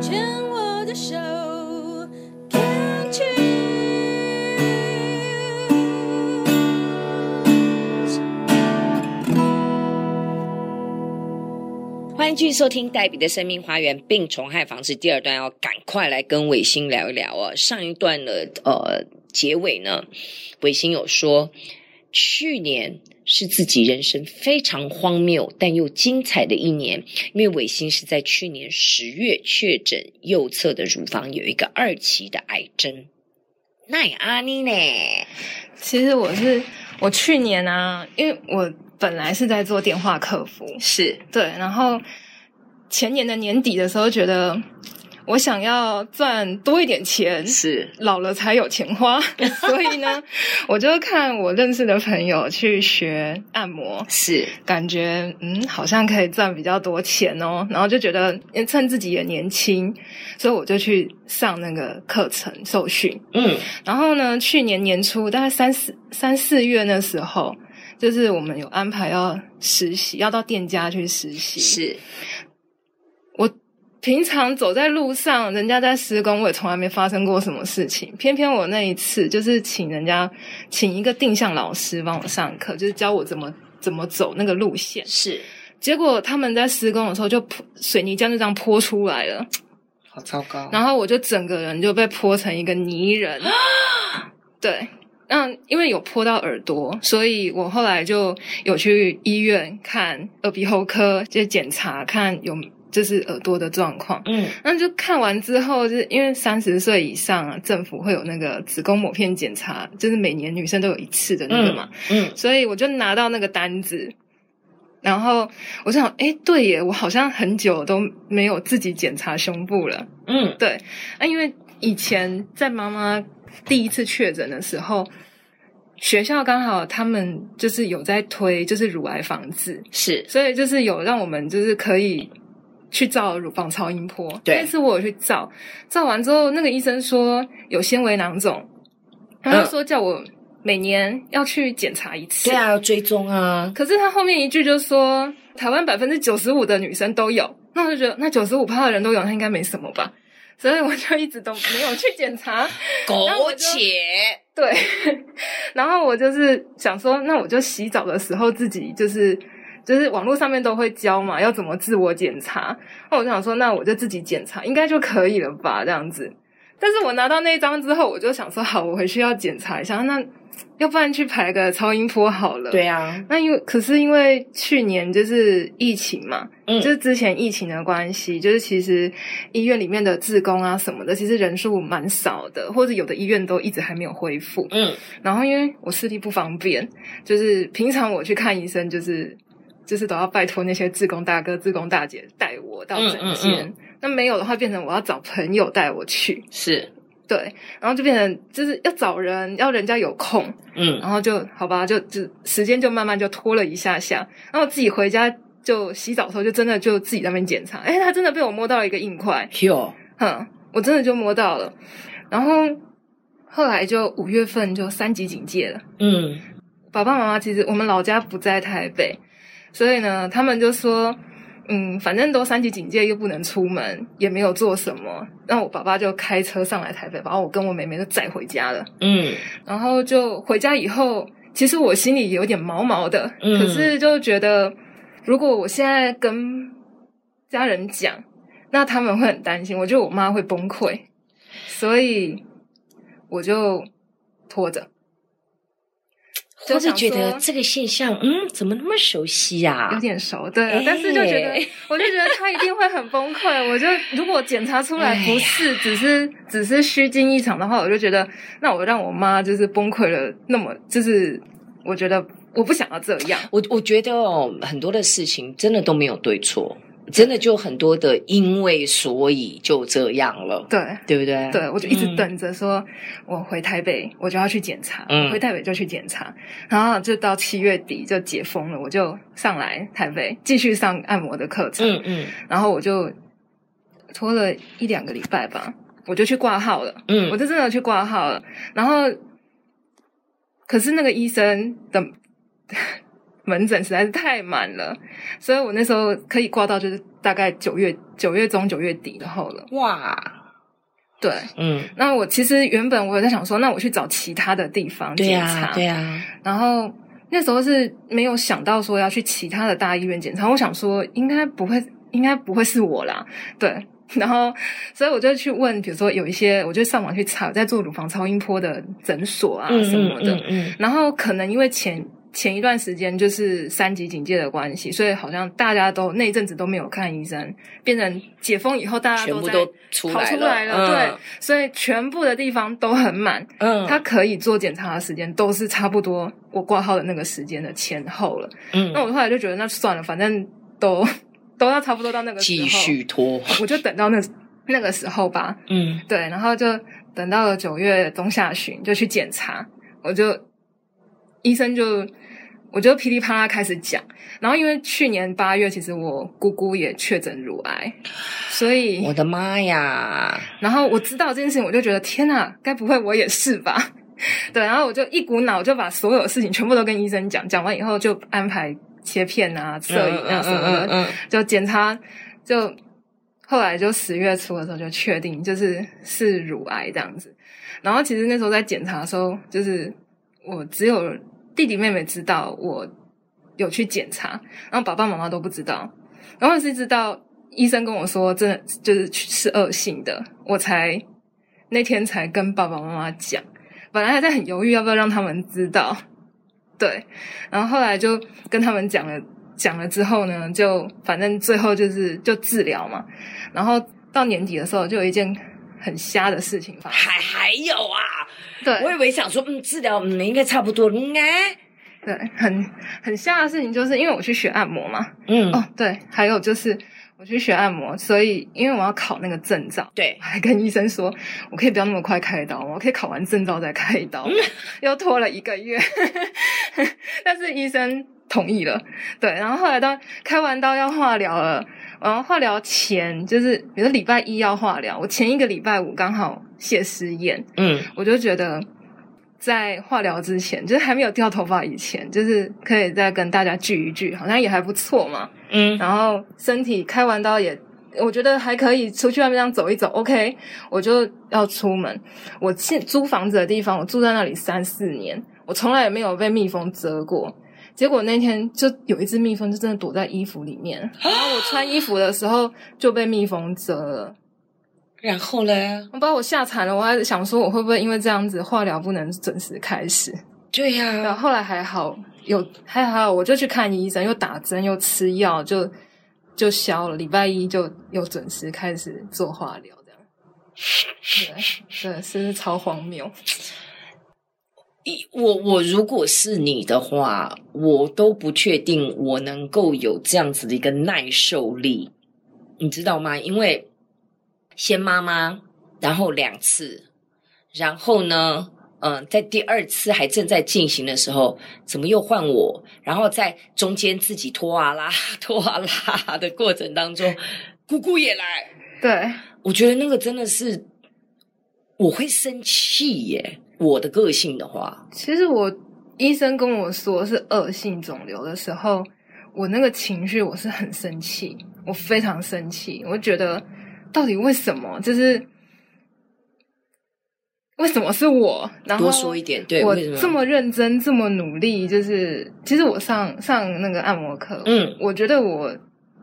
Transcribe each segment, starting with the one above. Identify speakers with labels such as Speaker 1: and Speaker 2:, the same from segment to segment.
Speaker 1: 牵我的手看去。
Speaker 2: 欢迎继续收听黛比的生命花园病虫害防治第二段，要赶快来跟伟星聊一聊哦。上一段的呃结尾呢，伟星有说，去年是自己人生非常荒谬但又精彩的一年，因为伟星是在去年十月确诊右侧的乳房有一个二期的癌症。奈阿妮呢？
Speaker 3: 其实我是我去年啊，因为我本来是在做电话客服，
Speaker 2: 是
Speaker 3: 对，然后前年的年底的时候，觉得我想要赚多一点钱，
Speaker 2: 是，
Speaker 3: 老了才有钱 花，所以呢，我就看我认识的朋友去学按摩。
Speaker 2: 是，
Speaker 3: 感觉嗯，好像可以赚比较多钱哦，然后就觉得嗯趁自己也年轻，所以我就去上那个课程受训。
Speaker 2: 嗯，
Speaker 3: 然后呢，去年年初大概三四三四月那时候，就是我们有安排要实习，要到店家去实习。
Speaker 2: 是，
Speaker 3: 我平常走在路上，人家在施工，我也从来没发生过什么事情。偏偏我那一次就是请人家请一个定向老师帮我上课，就是教我怎么怎么走那个路线。
Speaker 2: 是，
Speaker 3: 结果他们在施工的时候就泼水泥浆就这样泼出来了，
Speaker 2: 好糟糕。
Speaker 3: 然后我就整个人就被泼成一个泥人。对，那因为有泼到耳朵，所以我后来就有去医院看耳鼻喉科，就检查看有就是耳朵的状况。
Speaker 2: 嗯，
Speaker 3: 那就看完之后，就是因为三十岁以上啊，政府会有那个子宫抹片检查，就是每年女生都有一次的那个嘛，
Speaker 2: 嗯，
Speaker 3: 所以我就拿到那个单子，然后我就想，哎，对耶，我好像很久都没有自己检查胸部了。
Speaker 2: 嗯，
Speaker 3: 对，啊，因为以前在妈妈第一次确诊的时候，学校刚好他们就是有在推就是乳癌防治，
Speaker 2: 是，
Speaker 3: 所以就是有让我们就是可以去照乳房超音波。
Speaker 2: 对
Speaker 3: 那次我有去照，照完之后那个医生说有纤维囊肿，他就说叫我每年要去检查一次。
Speaker 2: 对啊，要追踪啊，
Speaker 3: 可是他后面一句就说，台湾百分之九十五的女生都有，那我就觉得那九十五趴的人都有，那应该没什么吧，所以我就一直都没有去检查。 那
Speaker 2: 苟啊
Speaker 3: 我就
Speaker 2: 且，
Speaker 3: 对， 然后我就是想说，那我就洗澡的时候自己就是就是网络上面都会教嘛，要怎么自我检查。那我就想说，那我就自己检查，应该就可以了吧，这样子。但是我拿到那一张之后，我就想说，好，我回去要检查一下，那要不然去排个超音波好了。
Speaker 2: 对啊，
Speaker 3: 那因为可是因为去年就是疫情嘛，
Speaker 2: 嗯
Speaker 3: 就是之前疫情的关系，就是其实医院里面的志工啊什么的，其实人数蛮少的，或者有的医院都一直还没有恢复。
Speaker 2: 嗯，
Speaker 3: 然后因为我视力不方便，就是平常我去看医生，就是就是都要拜托那些志工大哥、志工大姐带我到诊
Speaker 2: 嗯
Speaker 3: 间。
Speaker 2: 嗯
Speaker 3: 那没有的话，变成我要找朋友带我去，
Speaker 2: 是，
Speaker 3: 对，然后就变成就是要找人，要人家有空，
Speaker 2: 嗯，
Speaker 3: 然后就好吧，就就时间就慢慢就拖了一下下，然后自己回家就洗澡的时候就真的就自己在那边检查，哎，他真的被我摸到了一个硬块，
Speaker 2: 有，
Speaker 3: 哼，我真的就摸到了，然后后来就五月份就三级警戒了，
Speaker 2: 嗯，
Speaker 3: 爸爸妈妈其实我们老家不在台北，所以呢，他们就说。嗯，反正都三级警戒，又不能出门，也没有做什么。那我爸爸就开车上来台北，把我跟我妹妹都载回家了。
Speaker 2: 嗯，
Speaker 3: 然后就回家以后，其实我心里有点毛毛的，
Speaker 2: 嗯
Speaker 3: 可是就觉得如果我现在跟家人讲，那他们会很担心，我觉得我妈会崩溃，所以我就拖着。
Speaker 2: 或者
Speaker 3: 就想
Speaker 2: 觉得
Speaker 3: 说
Speaker 2: 这个现象，嗯，怎么那么熟悉呀、
Speaker 3: 有
Speaker 2: 啊？
Speaker 3: 点熟，对啊、
Speaker 2: 哎
Speaker 3: 但是就觉得，我就觉得他一定会很崩溃。我就如果检查出来不
Speaker 2: 哎
Speaker 3: 是，只是只是虚惊一场的话，我就觉得，那我让我妈就是崩溃了。那么就是，我觉得我不想要这样。
Speaker 2: 我我觉得哦，很多的事情真的都没有对错，真的就很多的因为所以就这样了，
Speaker 3: 对，
Speaker 2: 对不对？
Speaker 3: 对，我就一直
Speaker 2: 嗯
Speaker 3: 等着说，我回台北我就要去检查，
Speaker 2: 嗯
Speaker 3: 我回台北就去检查，然后就到七月底就解封了，我就上来台北继续上按摩的课程。
Speaker 2: 嗯嗯
Speaker 3: 然后我就拖了一两个礼拜吧，我就去挂号了，我
Speaker 2: 嗯，
Speaker 3: 就真的去挂号了。然后，可是那个医生的。门诊实在是太满了，所以我那时候可以挂到就是大概九月九月中九月底然后了。
Speaker 2: 哇，
Speaker 3: 对，
Speaker 2: 嗯，
Speaker 3: 那我其实原本我有在想说，那我去找其他的地方
Speaker 2: 对
Speaker 3: 检
Speaker 2: 呀、
Speaker 3: 查，
Speaker 2: 对呀、啊，
Speaker 3: 然后那时候是没有想到说要去其他的大医院检查，我想说应该不会，应该不会是我啦，对。然后，所以我就去问，比如说有一些，我就上网去查，有在做乳房超音波的诊所啊
Speaker 2: 嗯
Speaker 3: 什么的。
Speaker 2: 嗯嗯
Speaker 3: 然后可能因为前前一段时间就是三级警戒的关系，所以好像大家都那一阵子都没有看医生，变成解封以后大
Speaker 2: 嗯，
Speaker 3: 家
Speaker 2: 全部
Speaker 3: 在
Speaker 2: 都出
Speaker 3: 跑
Speaker 2: 来
Speaker 3: 出
Speaker 2: 了，
Speaker 3: 来了，
Speaker 2: 嗯、
Speaker 3: 对，所以全部的地方都很满。
Speaker 2: 对，嗯，
Speaker 3: 他可以做检查的时间都是差不多我挂号的那个时间的前后了。
Speaker 2: 嗯，
Speaker 3: 那我后来就觉得，那算了，反正都 都要差不多到那个时候，
Speaker 2: 继续拖，
Speaker 3: 我就等到那那个时候吧。
Speaker 2: 嗯，
Speaker 3: 对，然后就等到了九月中下旬就去检查，我就医生就我就噼里啪啦开始讲，然后因为去年八月其实我姑姑也确诊乳癌，所以
Speaker 2: 我的妈呀，
Speaker 3: 然后我知道这件事情，我就觉得天哪，该不会我也是吧？ 对，然后我就一股脑就把所有事情全部都跟医生讲，讲完以后就安排切片啊、摄影啊什么
Speaker 2: 嗯
Speaker 3: 的，
Speaker 2: 嗯嗯嗯
Speaker 3: 就检查，就后来就十月初的时候就确定就是是乳癌这样子。然后其实那时候在检查的时候，就是我只有弟弟妹妹知道我有去检查，然后爸爸妈妈都不知道。然后是直到医生跟我说真的就是是恶性的，我才那天才跟爸爸妈妈讲。本来还在很犹豫要不要让他们知道，对，然后后来就跟他们讲了，讲了之后呢，就反正最后就是就治疗嘛。然后到年底的时候，就有一件很瞎的事情发生。
Speaker 2: 还还有啊，我
Speaker 3: 对
Speaker 2: 以为想说，嗯，治疗嗯应该差不多，应该，
Speaker 3: 对，很很瞎的事情，就是因为我去学按摩嘛。
Speaker 2: 嗯，
Speaker 3: 哦，对，还有就是我去学按摩，所以因为我要考那个证照。
Speaker 2: 对
Speaker 3: 我，还跟医生说，我可以不要那么快开刀吗？我可以考完证照再开刀吗，又拖了一个月， 但是医生同意了。对，然后后来到开完刀要化疗了，然后化疗前就是，比如说礼拜一要化疗，我前一个礼拜五刚好谢师宴，
Speaker 2: 嗯，
Speaker 3: 我就觉得。在化疗之前，就是还没有掉头发以前，就是可以再跟大家聚一聚，好像也还不错嘛。
Speaker 2: 嗯，
Speaker 3: 然后身体开完刀也，我觉得还可以出去外面这样走一走。OK，我就要出门。我现租房子的地方，我住在那里三四年，我从来也没有被蜜蜂蛰过。结果那天就有一只蜜蜂就真的躲在衣服里面，然后我穿衣服的时候就被蜜蜂蛰了。
Speaker 2: 然后呢？
Speaker 3: 我把我吓惨了，我还想说我会不会因为这样子化疗不能准时开始。啊
Speaker 2: 对呀、
Speaker 3: 然后后来还好，有还好，我就去看医生，又打针又吃药，就就消了。礼拜一就又准时开始做化疗，这样。对，对，是不是超荒谬？
Speaker 2: 一我我如果是你的话，我都不确定我能够有这样子的一个耐受力，你知道吗？因为先妈妈，然后两次，然后呢，嗯、在第二次还正在进行的时候，怎么又换我？然后在中间自己拖啊拉 拖啊拉 的过程当中，姑姑也来，
Speaker 3: 对，
Speaker 2: 我觉得那个真的是我会生气耶。我的个性的话，
Speaker 3: 其实我医生跟我说是恶性肿瘤的时候，我那个情绪我是很生气，我非常生气，我觉得到底为什么？就是为什么是我？然后
Speaker 2: 多说一点，对，
Speaker 3: 我
Speaker 2: 为什
Speaker 3: 这么认真，这么努力，就是其实我上上那个按摩课，
Speaker 2: 嗯
Speaker 3: 我觉得我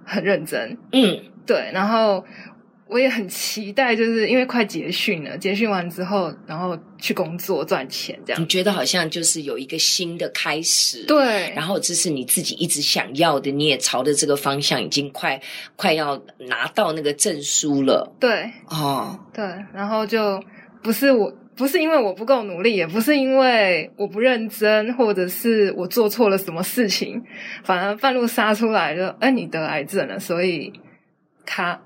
Speaker 3: 很认真，
Speaker 2: 嗯
Speaker 3: 对，然后我也很期待，就是因为快结训了，结训完之后，然后去工作赚钱这
Speaker 2: 你
Speaker 3: 样，
Speaker 2: 觉得好像就是有一个新的开始，，
Speaker 3: 对，
Speaker 2: 然后这是你自己一直想要的，你也朝着这个方向已经快快要拿到那个证书了
Speaker 3: 对
Speaker 2: 哦，
Speaker 3: 对，然后就不是我。不是因为我不够努力，也不是因为我不认真，或者是我做错了什么事情，反而半路杀出来就，哎，你得癌症了，所以咔，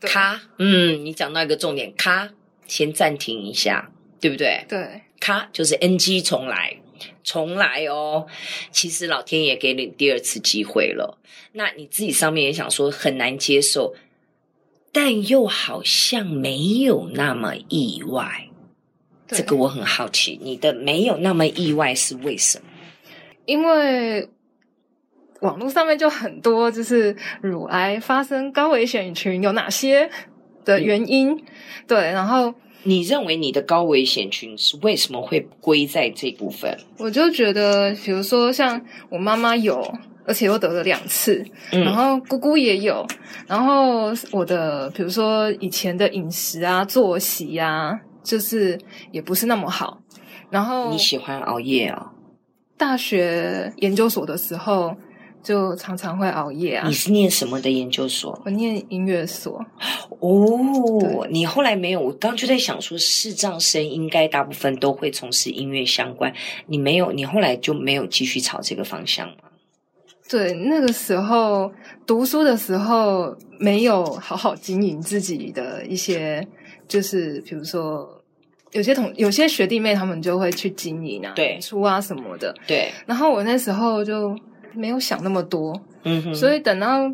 Speaker 3: 对
Speaker 2: 咔，嗯，你讲到一个重点，咔，先暂停一下，对不对？
Speaker 3: 对，
Speaker 2: 咔就是 NG 重来，重来哦。其实老天爷给你第二次机会了，那你自己上面也想说很难接受，但又好像没有那么意外。
Speaker 3: 对
Speaker 2: 这个我很好奇，你的没有那么意外是为什么？
Speaker 3: 因为网络上面就很多就是乳癌发生高危险群有哪些的
Speaker 2: 嗯
Speaker 3: 原因，对，然后
Speaker 2: 你认为你的高危险群是为什么会归在这部分？
Speaker 3: 我就觉得，比如说像我妈妈有，而且又得了两次，
Speaker 2: 嗯
Speaker 3: 然后姑姑也有，然后我的比如说以前的饮食啊、作息啊，就是也不是那么好。然后
Speaker 2: 你喜欢熬夜啊？
Speaker 3: 大学研究所的时候，就常常会熬夜啊
Speaker 2: 你。是念什么的研究所？
Speaker 3: 我念音乐所，
Speaker 2: 哦，你后来没有？我刚就在想说，视障生应该大部分都会从事音乐相关，你没有，你后来就没有继续朝这个方向吗？
Speaker 3: 对那个时候读书的时候，没有好好经营自己的一些，就是比如说有些同有些学弟妹他们就会去经营啊、
Speaker 2: 对
Speaker 3: 演出啊什么的。
Speaker 2: 对，
Speaker 3: 然后我那时候就没有想那么多，
Speaker 2: 嗯哼，
Speaker 3: 所
Speaker 2: 以
Speaker 3: 以等到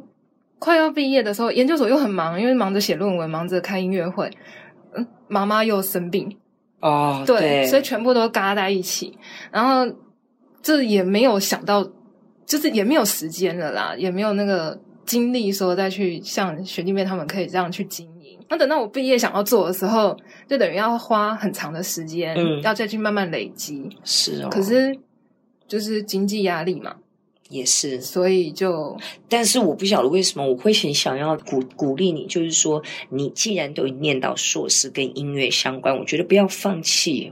Speaker 3: 快要毕业的时候，研究所又很忙，因为忙着写论文，忙着开音乐会，嗯，妈妈又生病，
Speaker 2: 哦，
Speaker 3: 对，
Speaker 2: 对，
Speaker 3: 所以全部都嘎在一起，然后这也没有想到，就是也没有时间了啦，也没有那个精力说再去像学弟妹他们可以这样去经营。那等到我毕业想要做的时候，就等于要花很长的时间，
Speaker 2: 嗯
Speaker 3: 要再去慢慢累积。
Speaker 2: 是哦，
Speaker 3: 可是就是经济压力嘛，
Speaker 2: 也是
Speaker 3: 所以就
Speaker 2: 但是我不晓得为什么我会很想要鼓鼓励你，就是说，你既然都已经念到硕士跟音乐相关，我觉得不要放弃，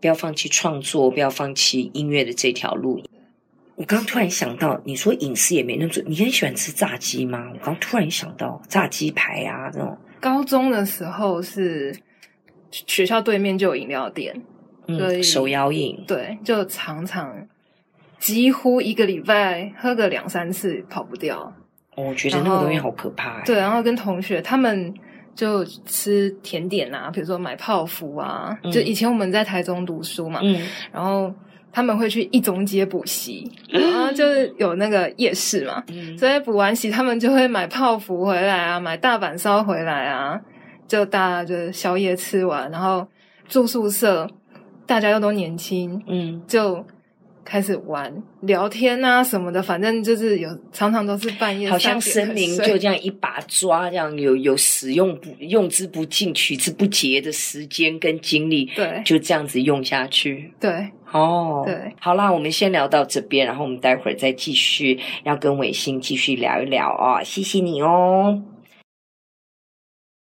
Speaker 2: 不要放弃创作，不要放弃音乐的这条路。我刚突然想到，你说饮食也没那么准，你很喜欢吃炸鸡吗？我刚突然想到炸鸡排啊这种，
Speaker 3: 高中的时候是学校对面就有饮料店，对
Speaker 2: 嗯，手摇饮，
Speaker 3: 对，就常常几乎一个礼拜喝个两三次，跑不掉。
Speaker 2: 哦我觉得那
Speaker 3: 然
Speaker 2: 个
Speaker 3: 后
Speaker 2: 东西好可怕、欸。
Speaker 3: 对，，然后跟同学他们就吃甜点啊，比如说买泡芙啊。
Speaker 2: 嗯
Speaker 3: 就以前我们在台中读书嘛，
Speaker 2: 嗯，
Speaker 3: 然后他们会去一中街补习，然后就是有那个夜市嘛，
Speaker 2: 嗯
Speaker 3: 所以补完习他们就会买泡芙回来啊，买大阪烧回来啊，就大家就是宵夜吃完，然后住宿舍，大家又都年轻，
Speaker 2: 嗯，
Speaker 3: 就开始玩聊天啊什么的，反正就是有常常都是半夜
Speaker 2: 好像
Speaker 3: 3点
Speaker 2: 森
Speaker 3: 才
Speaker 2: 林
Speaker 3: 睡
Speaker 2: 就这样一把抓，这样有有使用不用之不尽、取之不竭的时间跟精力，
Speaker 3: 对
Speaker 2: 就这样子用下去。
Speaker 3: 对
Speaker 2: 哦，
Speaker 3: 对，
Speaker 2: 好啦，我们先聊到这边，啊然后我们待会儿再继续要跟伟星继续聊一聊哦，谢谢你哦。